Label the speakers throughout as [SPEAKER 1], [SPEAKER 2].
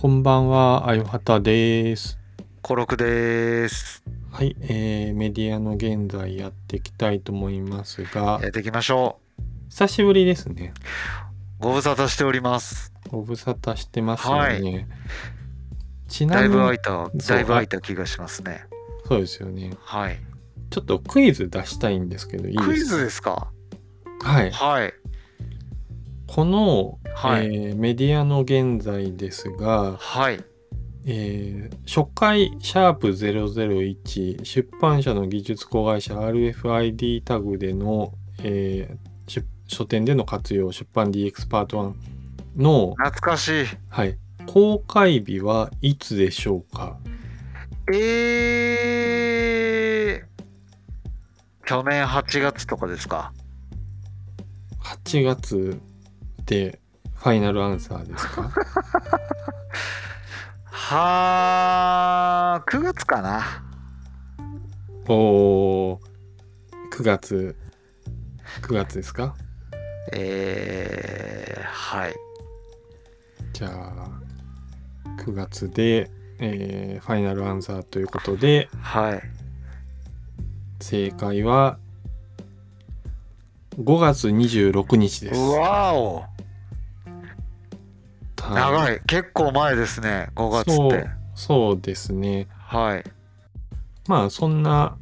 [SPEAKER 1] こんばんは、あよはたです。
[SPEAKER 2] コロクです。
[SPEAKER 1] はい、えー、メディアの現在やっていきたいと思いますが
[SPEAKER 2] や、っていきましょ
[SPEAKER 1] 久しぶりですね。
[SPEAKER 2] う。ご無沙汰しております。
[SPEAKER 1] ご無沙汰してますよね。ち
[SPEAKER 2] だ
[SPEAKER 1] ないみ
[SPEAKER 2] ぶ空
[SPEAKER 1] に
[SPEAKER 2] い、た、
[SPEAKER 1] そう
[SPEAKER 2] だいぶ空いた気がしますね。
[SPEAKER 1] そうですよね。
[SPEAKER 2] はい。
[SPEAKER 1] ちょっとクイズ出したいんですけど、いいですか
[SPEAKER 2] クイズですか。
[SPEAKER 1] はい。
[SPEAKER 2] はい。
[SPEAKER 1] この、
[SPEAKER 2] はい
[SPEAKER 1] えーメディアの現在ですが、
[SPEAKER 2] はい。
[SPEAKER 1] えー初回シャープ001出版社の技術子会社 RFID タグでの、えー出書店での活用出版 DX パート1の、
[SPEAKER 2] 懐かしい。
[SPEAKER 1] はい、公開日はいつでしょうか
[SPEAKER 2] えー。去年8月とかですか。
[SPEAKER 1] 8月でファイナルアンサーですか
[SPEAKER 2] はー、9月かな。
[SPEAKER 1] おー9月9月ですか
[SPEAKER 2] えー、はい。
[SPEAKER 1] じゃあ9月で、えーファイナルアンサーということで
[SPEAKER 2] はい。
[SPEAKER 1] 正解は5月26日です。
[SPEAKER 2] うわお。
[SPEAKER 1] はい
[SPEAKER 2] 長い。結構前ですね。5月
[SPEAKER 1] そ
[SPEAKER 2] っ
[SPEAKER 1] う
[SPEAKER 2] て。
[SPEAKER 1] そうですね。
[SPEAKER 2] はい。
[SPEAKER 1] まあそんな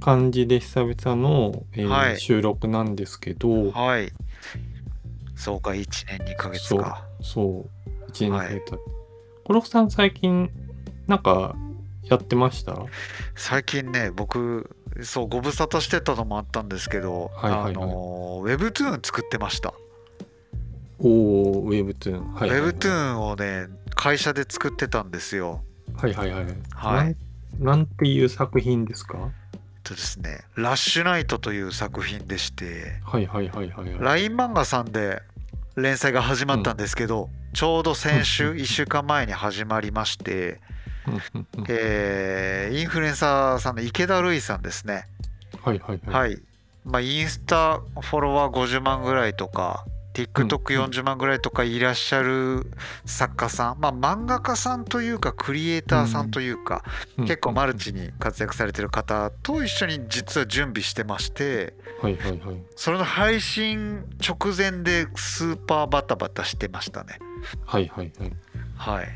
[SPEAKER 1] 感じで久々の、えー
[SPEAKER 2] はい
[SPEAKER 1] 収録なんですけど、
[SPEAKER 2] はい。そうか、1年2ヶ月か。
[SPEAKER 1] そう1年経った。コロフさん最近なんかやってましたは
[SPEAKER 2] 最近ね、僕、そう、ご無沙汰してたのもあったんですけど、
[SPEAKER 1] はいはいはい
[SPEAKER 2] あのー、Webtoon 作ってました。
[SPEAKER 1] おおウェブトゥーン。はいはいはい
[SPEAKER 2] Webtoon をね、会社で作ってたんですよ。
[SPEAKER 1] はいはいはい。
[SPEAKER 2] はい
[SPEAKER 1] なん。なんていう作品ですか
[SPEAKER 2] えっとですね、ラッシュナイトという作品でして、
[SPEAKER 1] はいはいはいはいはい。
[SPEAKER 2] LINE 漫画さんで連載が始まったんですけど、ちょうど先週、
[SPEAKER 1] うん
[SPEAKER 2] 1週間前に始まりまして、
[SPEAKER 1] うんうんうん
[SPEAKER 2] えーインフルエンサーさんの池田るいさんですね。
[SPEAKER 1] はいはいはい。
[SPEAKER 2] はい。まあ、インスタフォロワー50万ぐらいとか、
[SPEAKER 1] うんうん
[SPEAKER 2] TikTok40 万ぐらいとかいらっしゃる作家さん、まあ、漫画家さんというか、クリエイターさんというか、
[SPEAKER 1] うん
[SPEAKER 2] 結構マルチに活躍されてる方と一緒に実は準備してまして、
[SPEAKER 1] はいはいはい。
[SPEAKER 2] それの配信直前でスーパーバタバタしてましたね。
[SPEAKER 1] はいはいはい。
[SPEAKER 2] はい。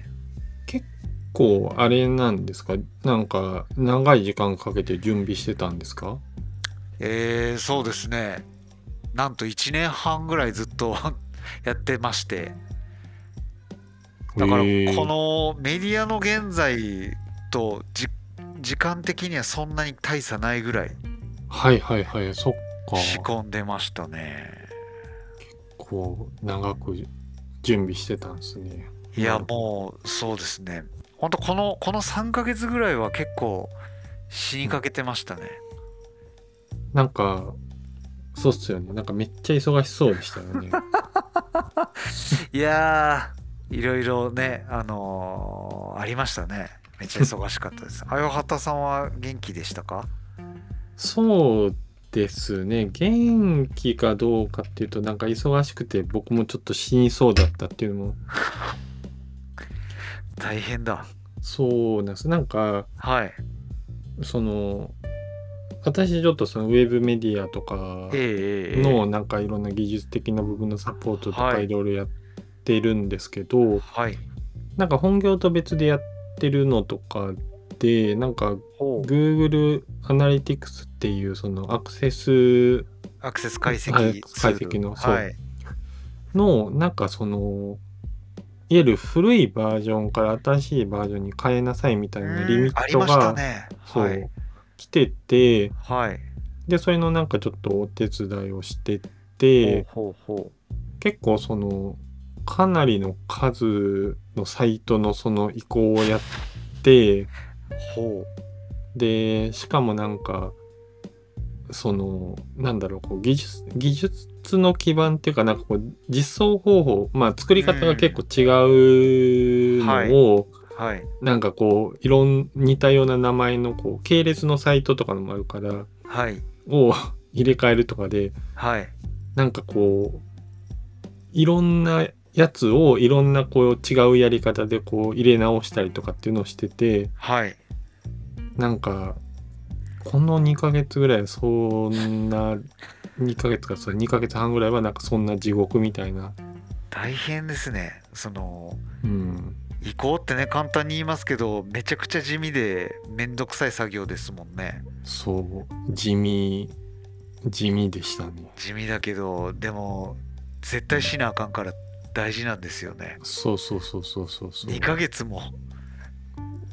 [SPEAKER 1] こう、あれなんですかなんか、長い時間かけて準備してたんですか
[SPEAKER 2] えー、そうですね。なんと1年半ぐらいずっと やってまして。だからこ
[SPEAKER 1] へー
[SPEAKER 2] のメディアの現在とじ時間的にはそんなに大差ないぐらい
[SPEAKER 1] はいはいはい、そっ
[SPEAKER 2] 仕
[SPEAKER 1] か。
[SPEAKER 2] 込んでましたね。
[SPEAKER 1] こう、長く準備してたんですね。
[SPEAKER 2] いや
[SPEAKER 1] なるほ
[SPEAKER 2] もうそうですね。ほんとこのこの3ヶ月ぐらいは結構死にかけてましたね。
[SPEAKER 1] なんか、そうっすよね。なんかめっちゃ忙しそうでしたよ ね。
[SPEAKER 2] いやーいろいろねあのーありましたね。めっちゃ忙しかった です。あよはたさんは元気でしたか
[SPEAKER 1] そうですね。元気かどうかっていうと、なんか忙しくて僕もちょっと死にそうだったっていうのも、
[SPEAKER 2] 大変だ。
[SPEAKER 1] そうなんです。なんか、
[SPEAKER 2] はい。
[SPEAKER 1] その私ちょっとそのウェブメディアとか
[SPEAKER 2] ええええ
[SPEAKER 1] のなんかいろんな技術的な部分のサポートとか
[SPEAKER 2] はい
[SPEAKER 1] いろいろやってるんですけど、
[SPEAKER 2] はい。
[SPEAKER 1] なんか本業と別でやってるのとかでなんか
[SPEAKER 2] ほう
[SPEAKER 1] Google アナリティクスっていうそのアクセス
[SPEAKER 2] アクセス解析
[SPEAKER 1] はい
[SPEAKER 2] ツール
[SPEAKER 1] 解析のそう
[SPEAKER 2] はい。
[SPEAKER 1] のなんかそのいわゆる古いバージョンから新しいバージョンに変えなさいみたいなリミ
[SPEAKER 2] うんあ
[SPEAKER 1] ッ
[SPEAKER 2] り
[SPEAKER 1] ト
[SPEAKER 2] ました
[SPEAKER 1] が、
[SPEAKER 2] ね。
[SPEAKER 1] そう、
[SPEAKER 2] はい。
[SPEAKER 1] 来てて、
[SPEAKER 2] はい。
[SPEAKER 1] でそれのなんかちょっとお手伝いをしてて
[SPEAKER 2] ほうほうほ
[SPEAKER 1] 結構そのかなりの数のサイトのその移行をやって
[SPEAKER 2] う。ほ
[SPEAKER 1] でしかもなんかそのなんだろうこう技術技術の基盤っていうかなんかこう実装方法まあ作り方が結構違うのを、
[SPEAKER 2] う。はい。
[SPEAKER 1] なんかこういろん似たような名前のこう系列のサイトとかのもあるから
[SPEAKER 2] はい。
[SPEAKER 1] を 入れ替えるとかで
[SPEAKER 2] はい。
[SPEAKER 1] なんかこういろんなやつをいろんなこう違うやり方でこう入れ直したりとかっていうのをしてて
[SPEAKER 2] はい。
[SPEAKER 1] なんかこの2ヶ月ぐらいはそんな2ヶ月かそう2ヶ月半ぐらいはなんかそんな地獄みたいな、
[SPEAKER 2] 大変ですね。その、
[SPEAKER 1] うん、
[SPEAKER 2] 移行ってね、簡単に言いますけど、めちゃくちゃ地味で、めんどくさい作業ですもんね。
[SPEAKER 1] そう地味地味でしたね
[SPEAKER 2] 地味だけど、でも、絶対しなあかんから大事なんですよね。
[SPEAKER 1] そうそうそうそうそうそう
[SPEAKER 2] 2ヶ月も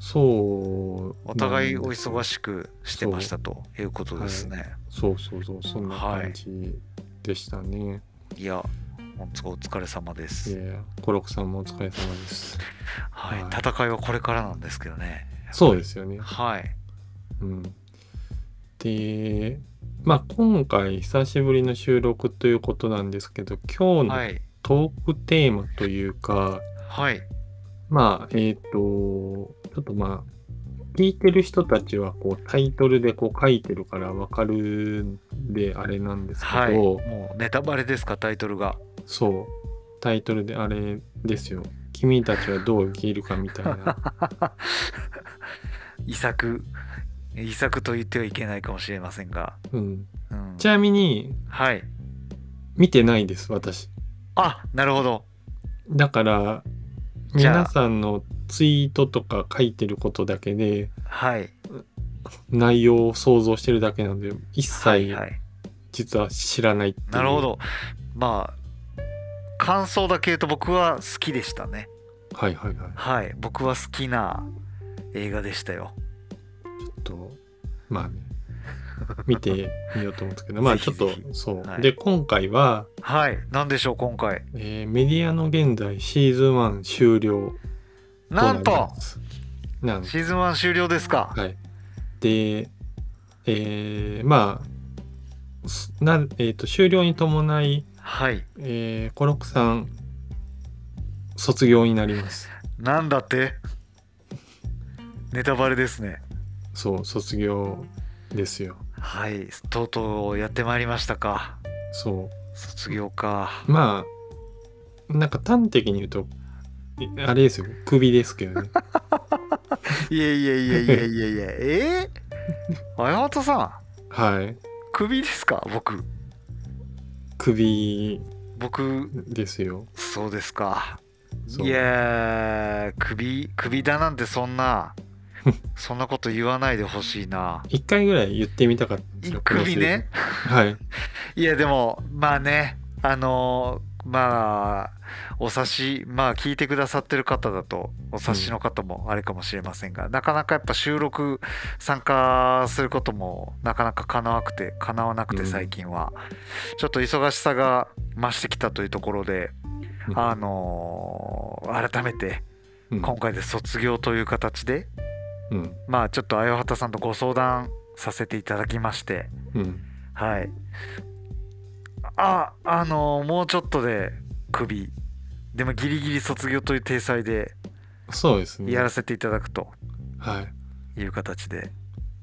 [SPEAKER 1] そう
[SPEAKER 2] お互いお
[SPEAKER 1] なん
[SPEAKER 2] 忙しくしてましたということですね。
[SPEAKER 1] そうそうそうそんな感じでしたね、
[SPEAKER 2] い、や、本当お疲れ様で
[SPEAKER 1] い、
[SPEAKER 2] す。
[SPEAKER 1] やいやコロクさんもお疲れ様です
[SPEAKER 2] はい、
[SPEAKER 1] はい
[SPEAKER 2] 戦いはこれからなんですけどね。
[SPEAKER 1] そうですよね
[SPEAKER 2] はい。
[SPEAKER 1] うん、で、まあ、今回久しぶりの収録ということなんですけど今日
[SPEAKER 2] は
[SPEAKER 1] の
[SPEAKER 2] い。
[SPEAKER 1] トークテーマというか、
[SPEAKER 2] はい。
[SPEAKER 1] まあえっ、とちょっとまあ聞いてる人たちはこうタイトルでこう書いてるからわかるんであれなんです
[SPEAKER 2] は
[SPEAKER 1] け
[SPEAKER 2] い。
[SPEAKER 1] ど、
[SPEAKER 2] もうネタバレですか、タイトルが。
[SPEAKER 1] そうタイトルであれですよ「君たちはどう生きるか」みたい な
[SPEAKER 2] 遺作、遺作と言ってはいけないかもしれませんが。
[SPEAKER 1] うん、
[SPEAKER 2] うん、
[SPEAKER 1] ちなみに
[SPEAKER 2] はい。
[SPEAKER 1] 見てないです私
[SPEAKER 2] あなるほど。
[SPEAKER 1] だから
[SPEAKER 2] じゃあ
[SPEAKER 1] 皆さんのツイートとか書いてることだけで
[SPEAKER 2] はい。
[SPEAKER 1] 内容を想像してるだけなんで一
[SPEAKER 2] はい、
[SPEAKER 1] 切
[SPEAKER 2] はい。
[SPEAKER 1] 実は知らないっていう
[SPEAKER 2] なるほど。まあ、感想だけ言うと僕は好きでしたね。
[SPEAKER 1] はいはいはい
[SPEAKER 2] はい。僕は好きな映画でしたよ。
[SPEAKER 1] ちょっとまあね見てみようと思うん ですけどまあ
[SPEAKER 2] ぜひ
[SPEAKER 1] ちょ
[SPEAKER 2] ぜ
[SPEAKER 1] っ
[SPEAKER 2] ひ
[SPEAKER 1] とそう、
[SPEAKER 2] はい
[SPEAKER 1] で今回は、
[SPEAKER 2] はい。何でしょう、今回。
[SPEAKER 1] えーメディアの現在シーズン1終了
[SPEAKER 2] なん
[SPEAKER 1] なり
[SPEAKER 2] と
[SPEAKER 1] ますなん
[SPEAKER 2] シーズン1終了ですか。
[SPEAKER 1] はい。で、えーまあ、すなえー、と終了に伴い、
[SPEAKER 2] はい。
[SPEAKER 1] えー、コロクさん、卒業になります。
[SPEAKER 2] なんだってネタバレですね。
[SPEAKER 1] そう、卒業ですよ。
[SPEAKER 2] はい。とうとうやってまいりましたか。
[SPEAKER 1] そ
[SPEAKER 2] 卒業か
[SPEAKER 1] う。。まあ、なんか端的に言うと、えあれですよ、首ですけど ね。
[SPEAKER 2] いえいえいえいえいえいえ。えー、あやはたさん、
[SPEAKER 1] はい。
[SPEAKER 2] クビですか僕。
[SPEAKER 1] 首
[SPEAKER 2] 僕、
[SPEAKER 1] ですよ。
[SPEAKER 2] そうですか。
[SPEAKER 1] そう
[SPEAKER 2] いやー、クビ、クビだなんてそん な、そんなこと言わないでほしいな。
[SPEAKER 1] 一回ぐらい言ってみたかったんですよ。
[SPEAKER 2] ク
[SPEAKER 1] この
[SPEAKER 2] ビね。
[SPEAKER 1] シーズン。はい。
[SPEAKER 2] いやでもまあねあのーまあお察しまあ聞いてくださってる方だとお察しの方もあれかもしれませんが、なかなかやっぱ収録参加することもなかなかかなわなくてかなわなく
[SPEAKER 1] う
[SPEAKER 2] て
[SPEAKER 1] ん
[SPEAKER 2] 最近は、ちょっと忙しさが増してきたというところで、 あのー改めて
[SPEAKER 1] うん
[SPEAKER 2] 今回で卒業という形で、
[SPEAKER 1] うん。
[SPEAKER 2] まあちょっとあよはたさんとご相談させていただきまして。
[SPEAKER 1] うん。
[SPEAKER 2] はい。あ、あのもうちょっとでクビ。でもギリギリ卒業という体裁で
[SPEAKER 1] そうですね。
[SPEAKER 2] やらせていただくと
[SPEAKER 1] はい。
[SPEAKER 2] いう形で。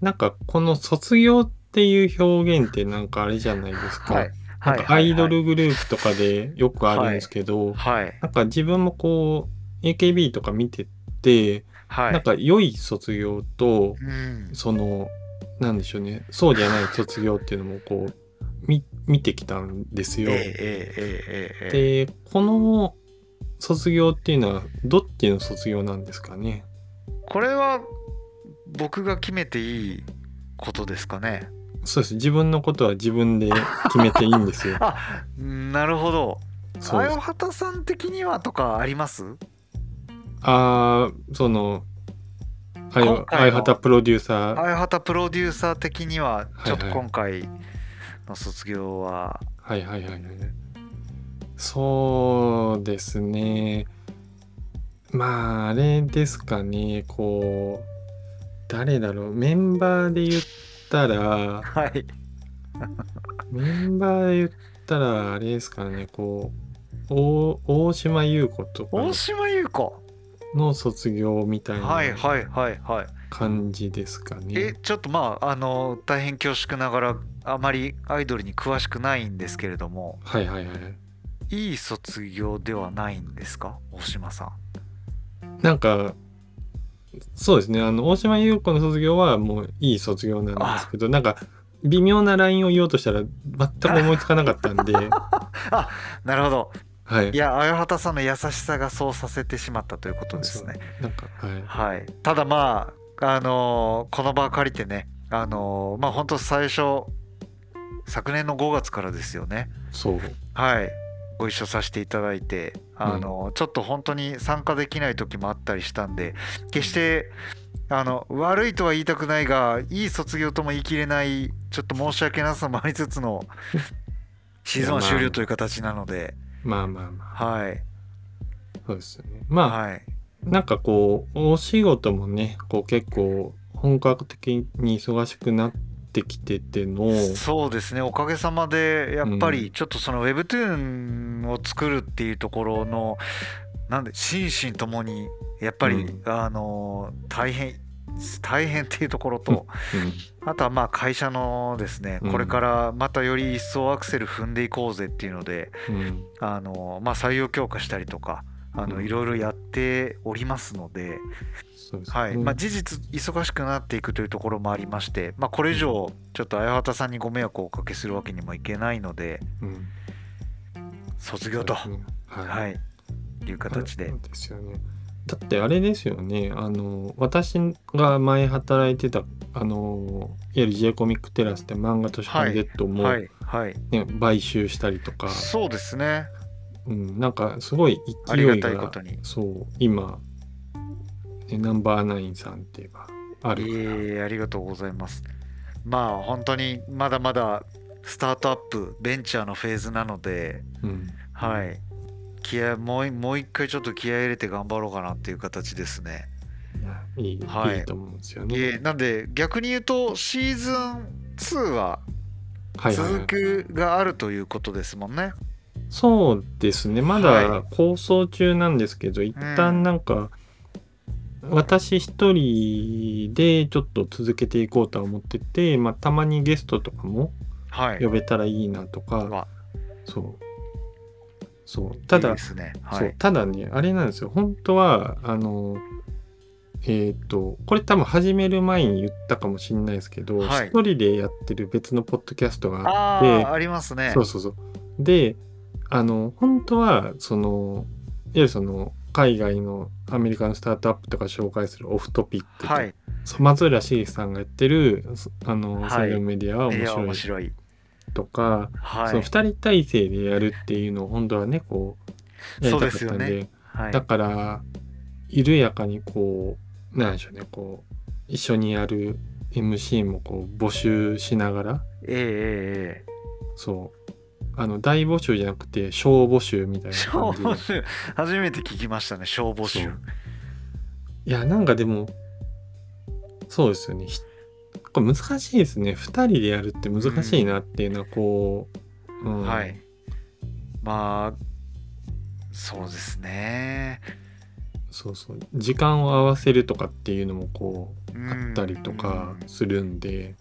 [SPEAKER 1] なんかこの卒業っていう表現ってなんかあれじゃないですか。
[SPEAKER 2] はい。
[SPEAKER 1] な
[SPEAKER 2] は
[SPEAKER 1] ん
[SPEAKER 2] い。
[SPEAKER 1] かアイドルグループとかでよくあるんですけど、
[SPEAKER 2] はい。
[SPEAKER 1] なんか自分もこう AKB とか見てて、
[SPEAKER 2] はい。は
[SPEAKER 1] なん
[SPEAKER 2] い。
[SPEAKER 1] か良い卒業と
[SPEAKER 2] うん。
[SPEAKER 1] そのなんでしょうねそうじゃない卒業っていうのもこう見見てきたんです
[SPEAKER 2] ええ
[SPEAKER 1] よ。
[SPEAKER 2] ええええええ
[SPEAKER 1] でこの卒業っていうのはどっちの卒業なんですかね
[SPEAKER 2] これは僕が決めていいことですかね。。
[SPEAKER 1] そうです自分のことは自分で決めていいんですよ
[SPEAKER 2] あ、なるほど。
[SPEAKER 1] そ
[SPEAKER 2] あ
[SPEAKER 1] うです
[SPEAKER 2] よはたさん的にはとかあります
[SPEAKER 1] ああそのあ
[SPEAKER 2] 今
[SPEAKER 1] や
[SPEAKER 2] 回の
[SPEAKER 1] あやはたプロデューサ
[SPEAKER 2] あ
[SPEAKER 1] ー
[SPEAKER 2] やはたプロデューサー的にはちょっと
[SPEAKER 1] はいはい
[SPEAKER 2] 今回の卒業は
[SPEAKER 1] はいはいはいはいそうですねまああれですかねこう誰だろうメンバーで言ったら
[SPEAKER 2] はい。
[SPEAKER 1] メンバーで言ったらあれですかねこう大大島優子とか
[SPEAKER 2] 大島優子。
[SPEAKER 1] の卒業みたい
[SPEAKER 2] はい
[SPEAKER 1] な
[SPEAKER 2] はいはいはい。
[SPEAKER 1] 感じですかね。
[SPEAKER 2] え、ちょっとまあ、あの、大変恐縮ながら、あまりアイドルに詳しくないんですけれども、
[SPEAKER 1] はいはいはい。
[SPEAKER 2] いい卒業ではないんですか大島さん
[SPEAKER 1] なんかそうですねあの大島優子の卒業はもういい卒業なんですけどなんか微妙なラインを言おうとしたら全く思いつかなかったん で
[SPEAKER 2] なるほど
[SPEAKER 1] はい
[SPEAKER 2] いや綾畑さんの優しさがそうさせてしまったということですね
[SPEAKER 1] なんかはい
[SPEAKER 2] はい、ただまあ、あのーこの場借りてね、あのーまあ本当最初昨年の5月からですよね
[SPEAKER 1] そう
[SPEAKER 2] はいご一緒させていただいて、あのーちょっと本当に参加できない時もあったりしたんで決してあの悪いとは言いたくないがいい卒業とも言い切れないちょっと申し訳なさもありつ つのシーズンは終了という形なので、
[SPEAKER 1] まあまあまあ
[SPEAKER 2] はい、
[SPEAKER 1] そうですよねまあ、
[SPEAKER 2] はい、
[SPEAKER 1] なんかこうお仕事もねこう結構本格的に忙しくなってきてての
[SPEAKER 2] そうですねおかげさまでやっぱ
[SPEAKER 1] う
[SPEAKER 2] りちょっとその Webtoon を作るっていうところのなんで心身ともにやっぱり、
[SPEAKER 1] うん
[SPEAKER 2] あの大変大変っていうところ と、あとはまあ会社のですね
[SPEAKER 1] うん
[SPEAKER 2] これからまたより一層アクセル踏んでいこうぜっていうので
[SPEAKER 1] うんうん
[SPEAKER 2] あの、まあ、採用強化したりとかあ
[SPEAKER 1] う
[SPEAKER 2] の
[SPEAKER 1] ん
[SPEAKER 2] いろいろやっておりますので。
[SPEAKER 1] そうですね
[SPEAKER 2] はいまあ、事実忙しくなっていくというところもありまして、まあ、これ以上ちょっと綾畑さんにご迷惑をおかけするわけにもいけないので
[SPEAKER 1] うん
[SPEAKER 2] 卒業と、
[SPEAKER 1] そうですねはい
[SPEAKER 2] はい、いう形で
[SPEAKER 1] そうですよねだってあれですよねあの私が前働いてたあのいわゆる J コミックテラスって漫画図書館 Z も、
[SPEAKER 2] はいはい
[SPEAKER 1] ね買収したりとか、
[SPEAKER 2] そうですね
[SPEAKER 1] うん、なんかすごい
[SPEAKER 2] あ
[SPEAKER 1] 勢
[SPEAKER 2] りが
[SPEAKER 1] い
[SPEAKER 2] たい
[SPEAKER 1] が
[SPEAKER 2] ことに
[SPEAKER 1] そう今、ね、ナンバーナインさんって言えばある
[SPEAKER 2] い
[SPEAKER 1] か
[SPEAKER 2] え
[SPEAKER 1] ら、
[SPEAKER 2] いえありがとうございますまあ本当にまだまだスタートアップベンチャーのフェーズなので
[SPEAKER 1] うん、
[SPEAKER 2] はい気合もうもう一回ちょっと気合い入れて頑張ろうかなっていう形ですね
[SPEAKER 1] いい,、、
[SPEAKER 2] はいい
[SPEAKER 1] いと思うんですよ
[SPEAKER 2] いえ
[SPEAKER 1] ね。
[SPEAKER 2] なんで逆に言うとシーズン2は
[SPEAKER 1] はいはいはい
[SPEAKER 2] 続くがあるということですもんね。
[SPEAKER 1] そうですねまだ
[SPEAKER 2] は
[SPEAKER 1] 構想中なんですけど、一旦なんか、私一人でちょっと続けていこうとは思ってて、まあ、たまにゲストとかも
[SPEAKER 2] はい。
[SPEAKER 1] 呼べたらいいなとか、
[SPEAKER 2] は
[SPEAKER 1] そうそうただ
[SPEAKER 2] いいですね。は
[SPEAKER 1] そう
[SPEAKER 2] い。
[SPEAKER 1] ただねあれなんですよ本当はあのえっ、とこれ多分始める前に言ったかもしれないですけど一、
[SPEAKER 2] はい
[SPEAKER 1] 人でやってる別のポッドキャストがあ
[SPEAKER 2] あ
[SPEAKER 1] って
[SPEAKER 2] あ、ありますね。
[SPEAKER 1] そうそうそう。で、あの、本当は、その、いわゆるその、海外のアメリカのスタートアップとか紹介するオフトピックと、
[SPEAKER 2] はい。
[SPEAKER 1] そう松浦茂樹さんがやってる、そあの、
[SPEAKER 2] は
[SPEAKER 1] ソ
[SPEAKER 2] い
[SPEAKER 1] ーシャルメディアはい面
[SPEAKER 2] や、
[SPEAKER 1] 白
[SPEAKER 2] 面
[SPEAKER 1] い
[SPEAKER 2] 白い。
[SPEAKER 1] とか、
[SPEAKER 2] は
[SPEAKER 1] その
[SPEAKER 2] い。
[SPEAKER 1] 二人体制でやるっていうのを本当はね、こう、やりたかったん
[SPEAKER 2] そ
[SPEAKER 1] で、
[SPEAKER 2] うですよはい
[SPEAKER 1] だ。から、緩やかにこう、なんでしょうね、こう、一緒にやる MC もこう募集しながら、
[SPEAKER 2] えええええ
[SPEAKER 1] そう。あの、大募集じゃなくて、小募集みたい
[SPEAKER 2] え。
[SPEAKER 1] な
[SPEAKER 2] 消
[SPEAKER 1] 感じで
[SPEAKER 2] 防集、初めて聞きましたね、消防
[SPEAKER 1] そ
[SPEAKER 2] 集
[SPEAKER 1] う。いや、なんかでも、そうですよね。ひこれ難しいですね。二人でやるって難しいなっていうのは、こう、うん
[SPEAKER 2] はい。。まあ、そうですね。
[SPEAKER 1] そうそう。時間を合わせるとかっていうのも、こう、
[SPEAKER 2] うん
[SPEAKER 1] あったりとか
[SPEAKER 2] うん
[SPEAKER 1] するんで、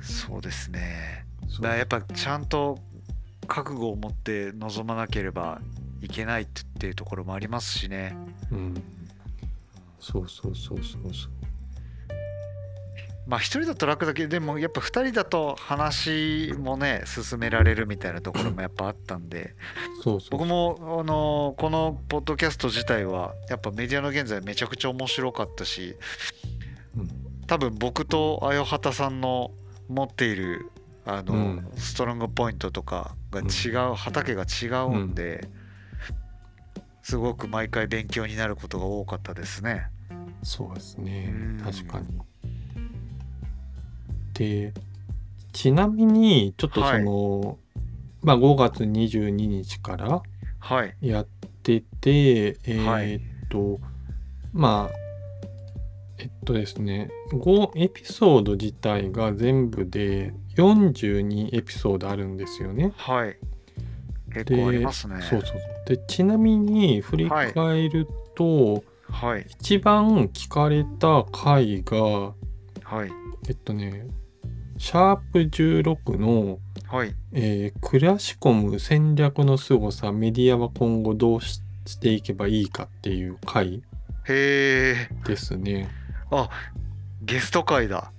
[SPEAKER 2] そうですね。
[SPEAKER 1] そう
[SPEAKER 2] だからやっぱちゃんと覚悟を持って臨まなければいけないってっていうところもありますしね。
[SPEAKER 1] うん。そうそうそうそうそう。
[SPEAKER 2] まあ一人だと楽だけどでもやっぱ二人だと話もね進められるみたいなところもやっぱあったんで
[SPEAKER 1] そうそう
[SPEAKER 2] 僕もあのこのポッドキャスト自体はやっぱメディアの現在めちゃくちゃ面白かったし
[SPEAKER 1] うん
[SPEAKER 2] 多分僕とあよはたさんの持っているあの、
[SPEAKER 1] うん
[SPEAKER 2] ストロングポイントとかが違う、畑が違うんで、すごく毎回勉強になることが多かったですね。
[SPEAKER 1] そうですね
[SPEAKER 2] うん
[SPEAKER 1] 確かに。でちなみにちょっとその、まあ、5月22日から
[SPEAKER 2] はい
[SPEAKER 1] やっててえ
[SPEAKER 2] はい
[SPEAKER 1] ーっと、まあえっとですね5エピソード自体が全部で42エピソードあるんですよね。
[SPEAKER 2] はい結
[SPEAKER 1] で
[SPEAKER 2] 構ありますね。
[SPEAKER 1] そうそうでちなみに振り返ると、
[SPEAKER 2] はい
[SPEAKER 1] 一番聞かれた回が
[SPEAKER 2] はい
[SPEAKER 1] えっとね、シャープ16の
[SPEAKER 2] はい。
[SPEAKER 1] えークラシコム戦略の凄さメディアは今後どうししていけばいいかっていう回
[SPEAKER 2] へえ。
[SPEAKER 1] ですね。
[SPEAKER 2] あ、ゲスト会だ。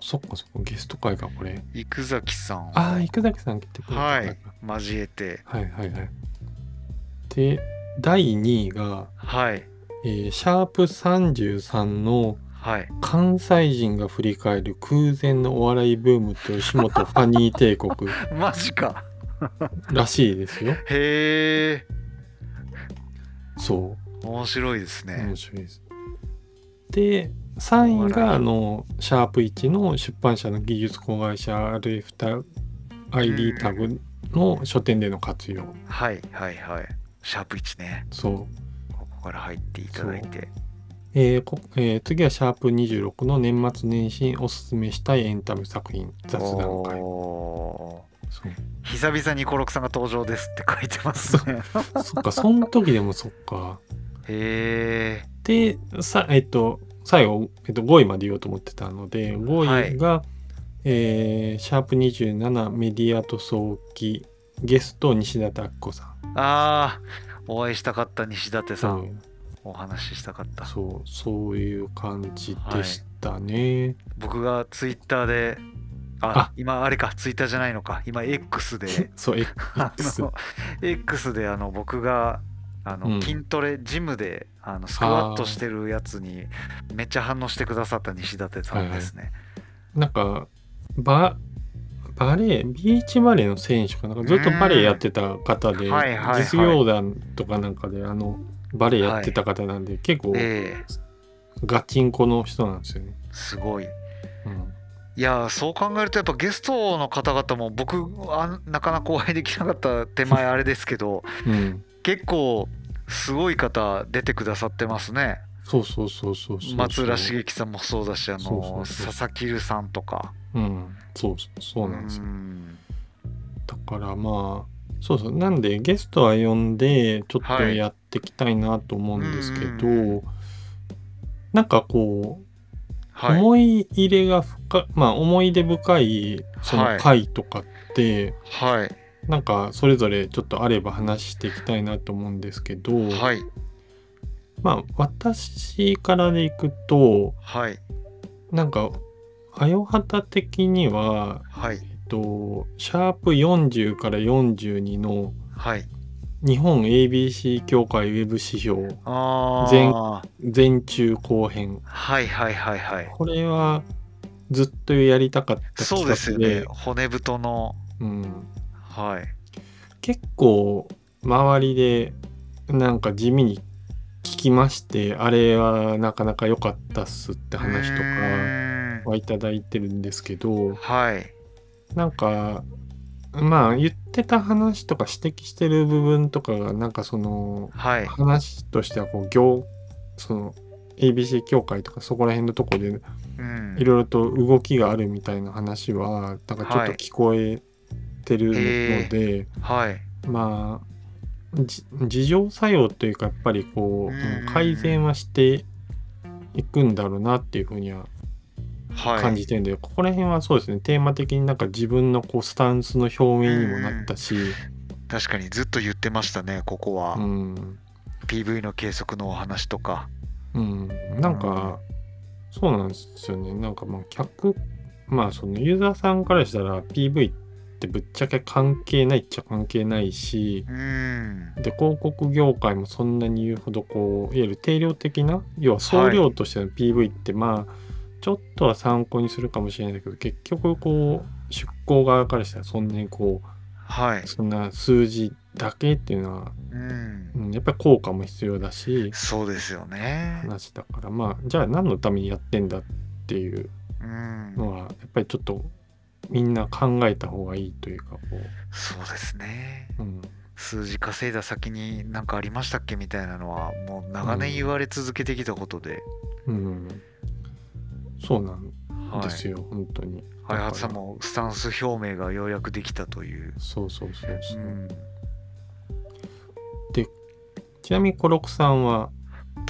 [SPEAKER 1] そっかそっかゲスト回かこれ。
[SPEAKER 2] 生崎さんを
[SPEAKER 1] ああ生崎さん来てくれた
[SPEAKER 2] は
[SPEAKER 1] 回
[SPEAKER 2] い
[SPEAKER 1] か。
[SPEAKER 2] 交えて。
[SPEAKER 1] はいはいはい。で第2位が、
[SPEAKER 2] はい。
[SPEAKER 1] えーシャープ33の
[SPEAKER 2] はい。
[SPEAKER 1] 関西人が振り返る空前のお笑いブームと吉本ファニー帝国
[SPEAKER 2] マジか。
[SPEAKER 1] らしいですよ。
[SPEAKER 2] へえ。
[SPEAKER 1] そう
[SPEAKER 2] 面白いですね
[SPEAKER 1] 面。白いです。で3位
[SPEAKER 2] お笑
[SPEAKER 1] が
[SPEAKER 2] い
[SPEAKER 1] あのシャープ1の出版社の技術子会社 RF タ ID タグの書店での活用
[SPEAKER 2] はいはいはい。シャープ1ね。
[SPEAKER 1] そう、
[SPEAKER 2] ここから入っていただいて。
[SPEAKER 1] えーこえー次はシャープ26の年末年始におすすめしたいエンタメ作品雑談会
[SPEAKER 2] お
[SPEAKER 1] そう
[SPEAKER 2] ー久々にコロクさんが登場ですって書いてますね。
[SPEAKER 1] そっかその時でもそっか
[SPEAKER 2] へえ。
[SPEAKER 1] でさえっと最後、えっと、5位まで言おうと思ってたので5位が、えーシャープ27メディアと早期ゲスト西田拓子さん
[SPEAKER 2] ああ、お会いしたかった西舘さ
[SPEAKER 1] そ
[SPEAKER 2] ん。
[SPEAKER 1] う
[SPEAKER 2] お話ししたかった。
[SPEAKER 1] そうそういう感じでしたね、
[SPEAKER 2] 僕がツイッターで、あ
[SPEAKER 1] あ、
[SPEAKER 2] 今あれか、ツイッターじゃないのか、今 X で
[SPEAKER 1] そうえ X
[SPEAKER 2] あの X であの僕があの、
[SPEAKER 1] うん
[SPEAKER 2] 筋トレ、ジムであのスクワットしてるやつにめっちゃ反応してくださった西舘さんですね。
[SPEAKER 1] なんかババレービーチバレーの選手かなんかずっとバレーやってた方で、
[SPEAKER 2] うんはいはいはい
[SPEAKER 1] 実業団とかなんかであのバレーやってた方なんで、結構
[SPEAKER 2] ええ
[SPEAKER 1] ガチンコの人なんですよね、
[SPEAKER 2] すごい。
[SPEAKER 1] うん
[SPEAKER 2] いやーそう考えるとやっぱゲストの方々も僕あなかなかお会いできなかった手前あれですけど
[SPEAKER 1] うん、
[SPEAKER 2] 結構すごい方出てくださってますね
[SPEAKER 1] そうそうそうそうそうそう
[SPEAKER 2] 松浦茂樹さんもそうだしあの
[SPEAKER 1] そうそうそう
[SPEAKER 2] 佐々木留さんとか
[SPEAKER 1] うんそうそうそうなんですよ
[SPEAKER 2] うん
[SPEAKER 1] だからまあそうそうなんでゲストは呼んでちょっと
[SPEAKER 2] はい
[SPEAKER 1] やっていきたいなと思うんですけど、
[SPEAKER 2] うんう
[SPEAKER 1] なんかこう、
[SPEAKER 2] はい
[SPEAKER 1] 思い入れが深いまあ思い出深いそ
[SPEAKER 2] は
[SPEAKER 1] の
[SPEAKER 2] い
[SPEAKER 1] 回とかって、
[SPEAKER 2] はい
[SPEAKER 1] なんかそれぞれちょっとあれば話していきたいなと思うんですけど、
[SPEAKER 2] はい
[SPEAKER 1] まあ私からでいくと
[SPEAKER 2] はい
[SPEAKER 1] なんかあよはた的には
[SPEAKER 2] は
[SPEAKER 1] え
[SPEAKER 2] い
[SPEAKER 1] っとシャープ40から42の
[SPEAKER 2] はい
[SPEAKER 1] 日本 ABC 協会ウェブ指標
[SPEAKER 2] あ
[SPEAKER 1] 全
[SPEAKER 2] あ
[SPEAKER 1] 前中後編
[SPEAKER 2] はいはいはいはい
[SPEAKER 1] これはずっとやりたかった企
[SPEAKER 2] そう
[SPEAKER 1] 画
[SPEAKER 2] ですよね骨太の
[SPEAKER 1] うん、
[SPEAKER 2] はい
[SPEAKER 1] 結構周りでなんか地味に聞きましてあれはなかなか良かったっすって話と
[SPEAKER 2] う
[SPEAKER 1] か
[SPEAKER 2] ーん
[SPEAKER 1] はいただいてるんですけど
[SPEAKER 2] はい
[SPEAKER 1] なんかまあ言ってた話とか指摘してる部分とかがなんかその
[SPEAKER 2] はい
[SPEAKER 1] 話としてはこう行その ABC 協会とかそこら辺のとこで
[SPEAKER 2] うん
[SPEAKER 1] いろいろと動きがあるみたいな話はなんかちょっと聞こえてるので、
[SPEAKER 2] はい
[SPEAKER 1] まあじ自浄作用というかやっぱりこう、
[SPEAKER 2] うん
[SPEAKER 1] 改善はしていくんだろうなっていうふうには
[SPEAKER 2] はい
[SPEAKER 1] 感じてるんで、ここら辺はそうですねテーマ的になんか自分のこうスタンスの表明にもなったし、
[SPEAKER 2] 確かにずっと言ってましたねここは、
[SPEAKER 1] うん、
[SPEAKER 2] PV の計測のお話とか
[SPEAKER 1] うん、なんか、そうなんですよね。なんかまあ客、まあそのユーザーさんからしたら PV ってぶっちゃけ関係ないっちゃ関係ないし、
[SPEAKER 2] うん
[SPEAKER 1] で、広告業界もそんなに言うほどこう、いわゆる定量的な、要は総量としての PV ってまあ、ちょっとは参考にするかもしれないけど、結局こう、出向側からしたらそんなにこ
[SPEAKER 2] はい、
[SPEAKER 1] う、そんな数字だけっていうのは、
[SPEAKER 2] うん
[SPEAKER 1] う、ん、やっぱり効果も必要だし、
[SPEAKER 2] そうですよね
[SPEAKER 1] 話だからまあじゃあ何のためにやってんだっていう
[SPEAKER 2] うん
[SPEAKER 1] のはやっぱりちょっとみんな考えた方がいいというかこ
[SPEAKER 2] そうですね
[SPEAKER 1] う、うん、
[SPEAKER 2] 数字稼いだ先に何かありましたっけみたいなのはもう長年言われ続けてきたことで、
[SPEAKER 1] うん、そうなん
[SPEAKER 2] はい
[SPEAKER 1] ですよ、本当に
[SPEAKER 2] 開発さん
[SPEAKER 1] だか
[SPEAKER 2] もスタンス表明がようやくできたという
[SPEAKER 1] ら、そうそうそう
[SPEAKER 2] う
[SPEAKER 1] そう、
[SPEAKER 2] ん、
[SPEAKER 1] ちなみにコロクさんは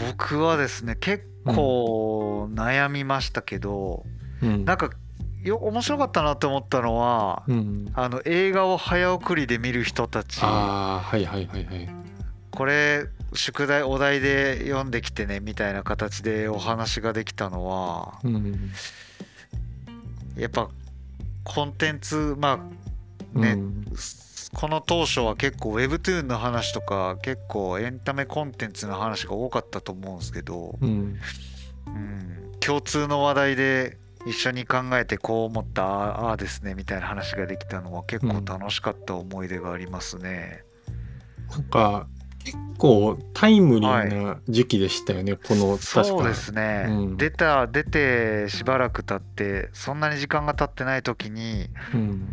[SPEAKER 2] 僕はですね結構悩みましたけど、
[SPEAKER 1] うん
[SPEAKER 2] なんかよ面白かったなって思ったのは、
[SPEAKER 1] うん。
[SPEAKER 2] あの映画を早送りで見る人たち
[SPEAKER 1] ああ、はいはいはいはい。
[SPEAKER 2] これ宿題お題で読んできてねみたいな形でお話ができたのは
[SPEAKER 1] うん。
[SPEAKER 2] やっぱコンテンツまあ
[SPEAKER 1] う
[SPEAKER 2] ね、
[SPEAKER 1] ん
[SPEAKER 2] この当初は結構 Webtoon の話とか結構エンタメコンテンツの話が多かったと思うんですけど、
[SPEAKER 1] うん。
[SPEAKER 2] うん、共通の話題で一緒に考えてこう思ったああああですねみたいな話ができたのは結構楽しかった思い出がありますね。
[SPEAKER 1] なんか、結構タイムリーな時期でしたよね、この、確か
[SPEAKER 2] そうですね、
[SPEAKER 1] うん
[SPEAKER 2] 出た出てしばらく経ってそんなに時間が経ってない時に
[SPEAKER 1] うん。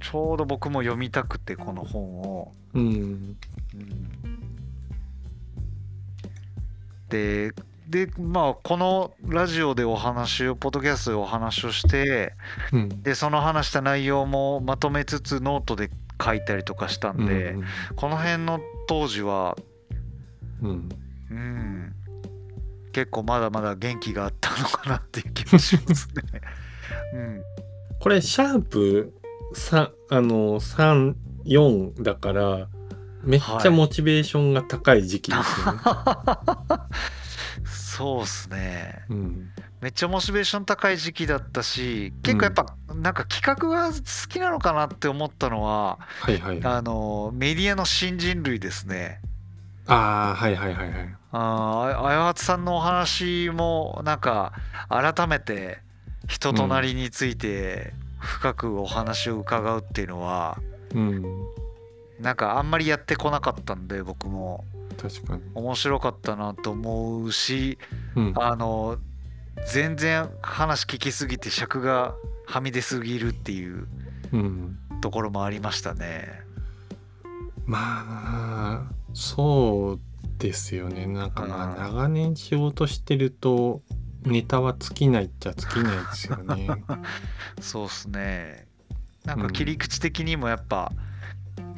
[SPEAKER 2] ちょうど僕も読みたくてこの本を。
[SPEAKER 1] うん。
[SPEAKER 2] うんででまあこのラジオでお話をポッドキャストでお話をして
[SPEAKER 1] うん。
[SPEAKER 2] でその話した内容もまとめつつノートで書いたりとかしたんで、この辺の当時は
[SPEAKER 1] うん、うん。
[SPEAKER 2] うん結構まだまだ元気があったのかなっていう気もしますね。 うん、
[SPEAKER 1] これ、シャープ3、あの、3、4だから、めっちゃモチベーションが高い時期です よね。
[SPEAKER 2] そうっすね
[SPEAKER 1] うん。
[SPEAKER 2] めっちゃモチベーション高い時期だったし結構やっぱなんか企画が好きなのかなって思ったのは、
[SPEAKER 1] はいはい。あ
[SPEAKER 2] あのメディアの新人類ですね。
[SPEAKER 1] あー、はいはいはいはい。
[SPEAKER 2] あーあやはつさんのお話もなんか改めて人となりについて深くお話を伺うっていうのは、
[SPEAKER 1] うん。
[SPEAKER 2] なんかあんまりやってこなかったんで僕も
[SPEAKER 1] 確かに。
[SPEAKER 2] 面白かったなと思うし
[SPEAKER 1] うん。
[SPEAKER 2] あの全然話聞きすぎて尺がはみ出すぎるっていう
[SPEAKER 1] うん。
[SPEAKER 2] ところもありましたね。
[SPEAKER 1] まあそうですよねなんかま
[SPEAKER 2] う
[SPEAKER 1] あ
[SPEAKER 2] ん
[SPEAKER 1] 長年仕事してるとネタは尽きないっちゃ尽きないですよね。
[SPEAKER 2] そうっすね。なん
[SPEAKER 1] う
[SPEAKER 2] か
[SPEAKER 1] ん
[SPEAKER 2] 切り口的にもやっぱ、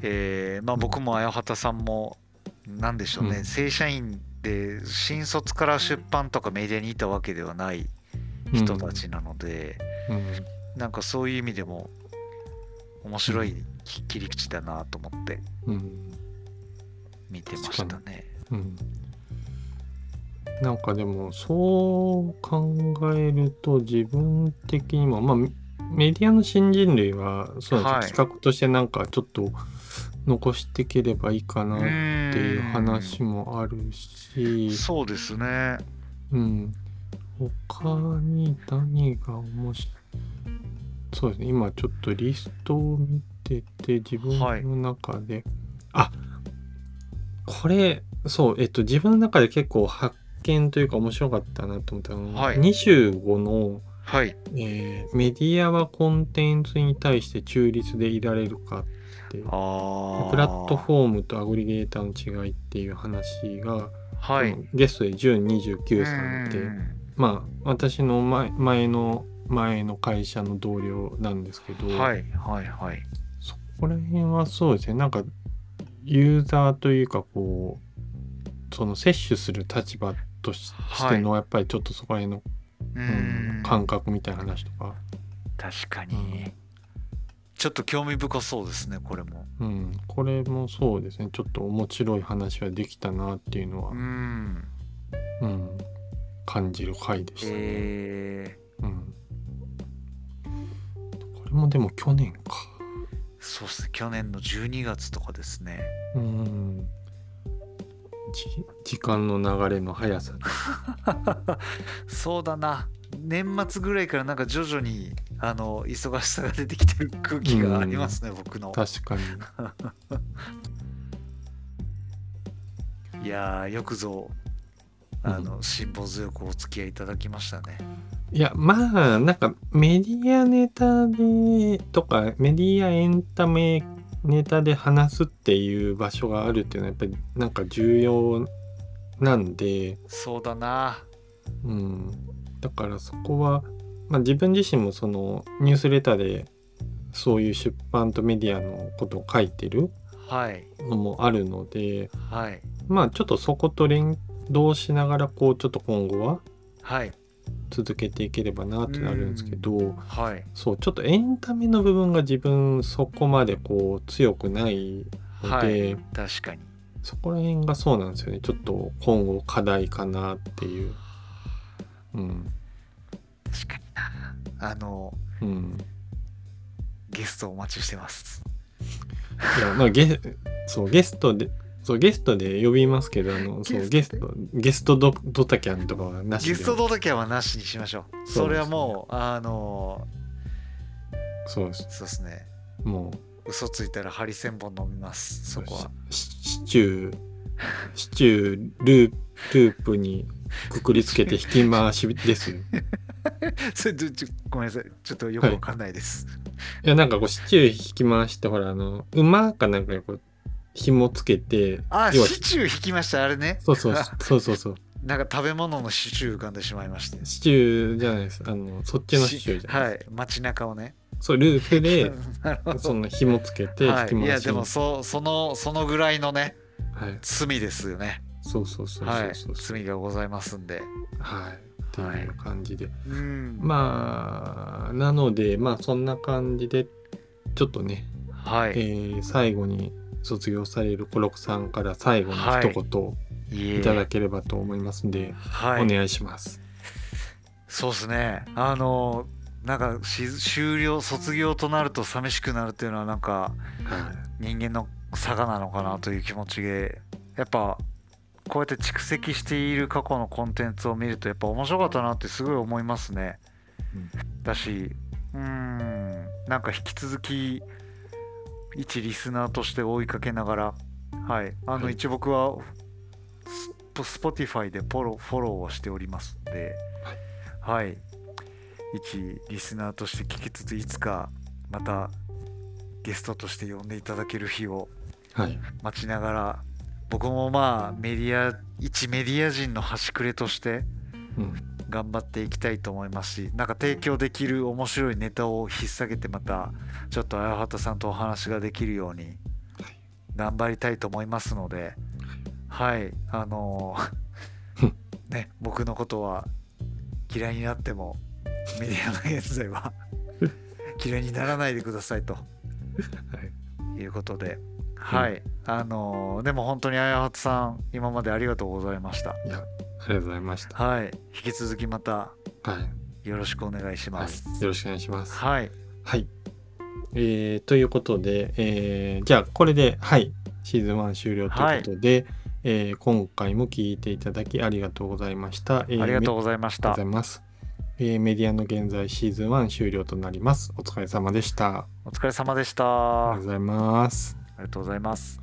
[SPEAKER 2] えーまあ僕も綾畑さんもなんでしょうね、
[SPEAKER 1] うん
[SPEAKER 2] 正社員で新卒から出版とかメディアにいたわけではない 人たちなので、
[SPEAKER 1] うん、うん
[SPEAKER 2] なんかそういう意味でも面白いき切り口だなと思って
[SPEAKER 1] うん
[SPEAKER 2] 見てましたね。
[SPEAKER 1] うんなんかでもそう考えると自分的にもまあメメディアの新人類はそうなんですよ、
[SPEAKER 2] はい
[SPEAKER 1] 企画としてなんかちょっと残していければいいかな
[SPEAKER 2] っ
[SPEAKER 1] っていう話もあるし。
[SPEAKER 2] そうですね。
[SPEAKER 1] うん。他に何が面白いそうですね。今ちょっとリストを見てて、自分
[SPEAKER 2] はい
[SPEAKER 1] の中で、あこれ、そう、えっと、自分の中で結構発見というか面白かったなと思ったのが、
[SPEAKER 2] はい
[SPEAKER 1] 25の、
[SPEAKER 2] はい。
[SPEAKER 1] えーメディアはコンテンツに対して中立でいられるかっていう、
[SPEAKER 2] ああ。
[SPEAKER 1] プラットフォームとアグリゲーターの違いっていう話が、
[SPEAKER 2] は
[SPEAKER 1] そ
[SPEAKER 2] い。
[SPEAKER 1] のゲストで純29さんって、まあ私の前前の前の会社の同僚なんですけど、
[SPEAKER 2] うんはいはいはい。
[SPEAKER 1] そこら辺はそうですねなんかユーザーというかこうその摂取する立場とし
[SPEAKER 2] はい
[SPEAKER 1] してのやっぱりちょっとそこら辺の、
[SPEAKER 2] う
[SPEAKER 1] うん
[SPEAKER 2] ん。
[SPEAKER 1] 感覚みたいな話とか、
[SPEAKER 2] 確か
[SPEAKER 1] う
[SPEAKER 2] に
[SPEAKER 1] ん。
[SPEAKER 2] ちょっと興味深そうですね、これも。
[SPEAKER 1] うん、これもそうですねちょっと面白い話はできたなっていうのは
[SPEAKER 2] う、ん。
[SPEAKER 1] うん、感じる回でしたね。
[SPEAKER 2] えー
[SPEAKER 1] うん、これもでも去年か。
[SPEAKER 2] そうですね。去年の12月とかです ね。
[SPEAKER 1] うんじ時間の流れの速さ
[SPEAKER 2] そうだな。年末ぐらいからなんか徐々にあの忙しさが出てきてる空気がありますね、僕の。
[SPEAKER 1] 確かに
[SPEAKER 2] いやーよくぞあの辛抱強くお付き合いいただきましたね。
[SPEAKER 1] いやまあなんかメディアネタでとかメディアエンタメネタで話すっていう場所があるっていうのはやっぱりなんか重要なんで、
[SPEAKER 2] そうだな。
[SPEAKER 1] うん、だからそこは、まあ、自分自身もそのニュースレターでそういう出版とメディアのことを書いてる
[SPEAKER 2] はい
[SPEAKER 1] のもあるので、
[SPEAKER 2] はい
[SPEAKER 1] まあちょっとそこと連動しながらこうちょっと今後は
[SPEAKER 2] はい。
[SPEAKER 1] 続けていければなってなるんですけど、
[SPEAKER 2] はい
[SPEAKER 1] そうちょっとエンタメの部分が自分そこまでこう強くないの
[SPEAKER 2] は
[SPEAKER 1] で、
[SPEAKER 2] い確かに
[SPEAKER 1] そこら辺がそうなんですよねちょっと今後課題かなっていう。うん
[SPEAKER 2] 確かになあの
[SPEAKER 1] うん、
[SPEAKER 2] ゲストお待ちしてます
[SPEAKER 1] いやまあゲそうゲストでそうゲストで呼びますけどあのそう
[SPEAKER 2] ゲ
[SPEAKER 1] ゲ
[SPEAKER 2] スト
[SPEAKER 1] ス
[SPEAKER 2] で
[SPEAKER 1] トゲストドドタキャンとかはなしで
[SPEAKER 2] ゲストドタキャンはなしにしましょうそ
[SPEAKER 1] そうですね
[SPEAKER 2] れはもうあの
[SPEAKER 1] そうです
[SPEAKER 2] そうですね
[SPEAKER 1] も
[SPEAKER 2] 嘘ついたらハリセンボン飲みます
[SPEAKER 1] う
[SPEAKER 2] そこは
[SPEAKER 1] シシチューシチュールーループにくくりつけて引き回し ですよ
[SPEAKER 2] それどちょごめんなさいちょっとよくわかんないです、
[SPEAKER 1] いやなんかこうシチュー引き回してほらあの馬かなんかにこう紐つけて
[SPEAKER 2] あ
[SPEAKER 1] 要は
[SPEAKER 2] シチュー引きましたあれね
[SPEAKER 1] そう そう
[SPEAKER 2] あ
[SPEAKER 1] そうそうそう
[SPEAKER 2] なんか食べ物のシチュー浮かんでしまいまして
[SPEAKER 1] シチューじゃないですあのそっちのシチューじゃない
[SPEAKER 2] はい街中をね
[SPEAKER 1] そうループで
[SPEAKER 2] なるほど
[SPEAKER 1] その紐つけて引き
[SPEAKER 2] は
[SPEAKER 1] 回し
[SPEAKER 2] い、いや
[SPEAKER 1] ます
[SPEAKER 2] でもそそのそのぐらいのね
[SPEAKER 1] はい
[SPEAKER 2] 罪ですよね
[SPEAKER 1] そうそうそうそ
[SPEAKER 2] は
[SPEAKER 1] うそう
[SPEAKER 2] い罪がございますんで
[SPEAKER 1] はいっていう感じで
[SPEAKER 2] うん
[SPEAKER 1] まあなのでまあそんな感じでちょっとね
[SPEAKER 2] は
[SPEAKER 1] え
[SPEAKER 2] い
[SPEAKER 1] ー最後に卒業されるコロクさんから最後の一
[SPEAKER 2] い
[SPEAKER 1] 言
[SPEAKER 2] え
[SPEAKER 1] いただければと思いますんで
[SPEAKER 2] は
[SPEAKER 1] お
[SPEAKER 2] い
[SPEAKER 1] 願いします
[SPEAKER 2] そうですねあのなんかし終了卒業となると寂しくなるっていうのはなんか
[SPEAKER 1] はい
[SPEAKER 2] 人間の差がなのかなという気持ちでやっぱこうやって蓄積している過去のコンテンツを見るとやっぱ面白かったなってすごい思いますね、だしうーんなんか引き続き一リスナーとして追いかけながらはいあの
[SPEAKER 1] はい
[SPEAKER 2] 一僕はスポ Spotify でフォローフォローをしておりますのではい一リスナーとして聞きつついつかまたゲストとして呼んでいただける日を
[SPEAKER 1] はい。
[SPEAKER 2] 待ちながら僕もまあメディア一メディア人の端くれとして
[SPEAKER 1] うん。
[SPEAKER 2] 頑張っていきたいと思いますしなんか提供できる面白いネタを引っ提げてまたちょっと綾畑さんとお話ができるように
[SPEAKER 1] はい
[SPEAKER 2] 頑張りたいと思いますのではいあの
[SPEAKER 1] うん
[SPEAKER 2] ーね僕のことは嫌いになってもメディアの現在は嫌いにならないでくださいと
[SPEAKER 1] はい。
[SPEAKER 2] いうことで。はい、あのーでも本当にあやはつさん今までありがとうございました
[SPEAKER 1] いや、ありがとうございました。
[SPEAKER 2] はい引き続きまた
[SPEAKER 1] はい。
[SPEAKER 2] よろしくお願いし
[SPEAKER 1] は
[SPEAKER 2] ます
[SPEAKER 1] い。よろしくお願いします。
[SPEAKER 2] はい
[SPEAKER 1] はい。えー、ということで、えー、じゃあこれで、はい、シーズン1終了ということで、えー今回も聞いていただきありがとうございました。えー
[SPEAKER 2] ありがとう
[SPEAKER 1] め
[SPEAKER 2] ございまし
[SPEAKER 1] ありがとう
[SPEAKER 2] た
[SPEAKER 1] ございます。えーメディアの現在シーズン1終了となります。お疲れ様でした。
[SPEAKER 2] お疲れ様でし
[SPEAKER 1] あり
[SPEAKER 2] た
[SPEAKER 1] が
[SPEAKER 2] あ
[SPEAKER 1] とうございます。
[SPEAKER 2] りがとうございます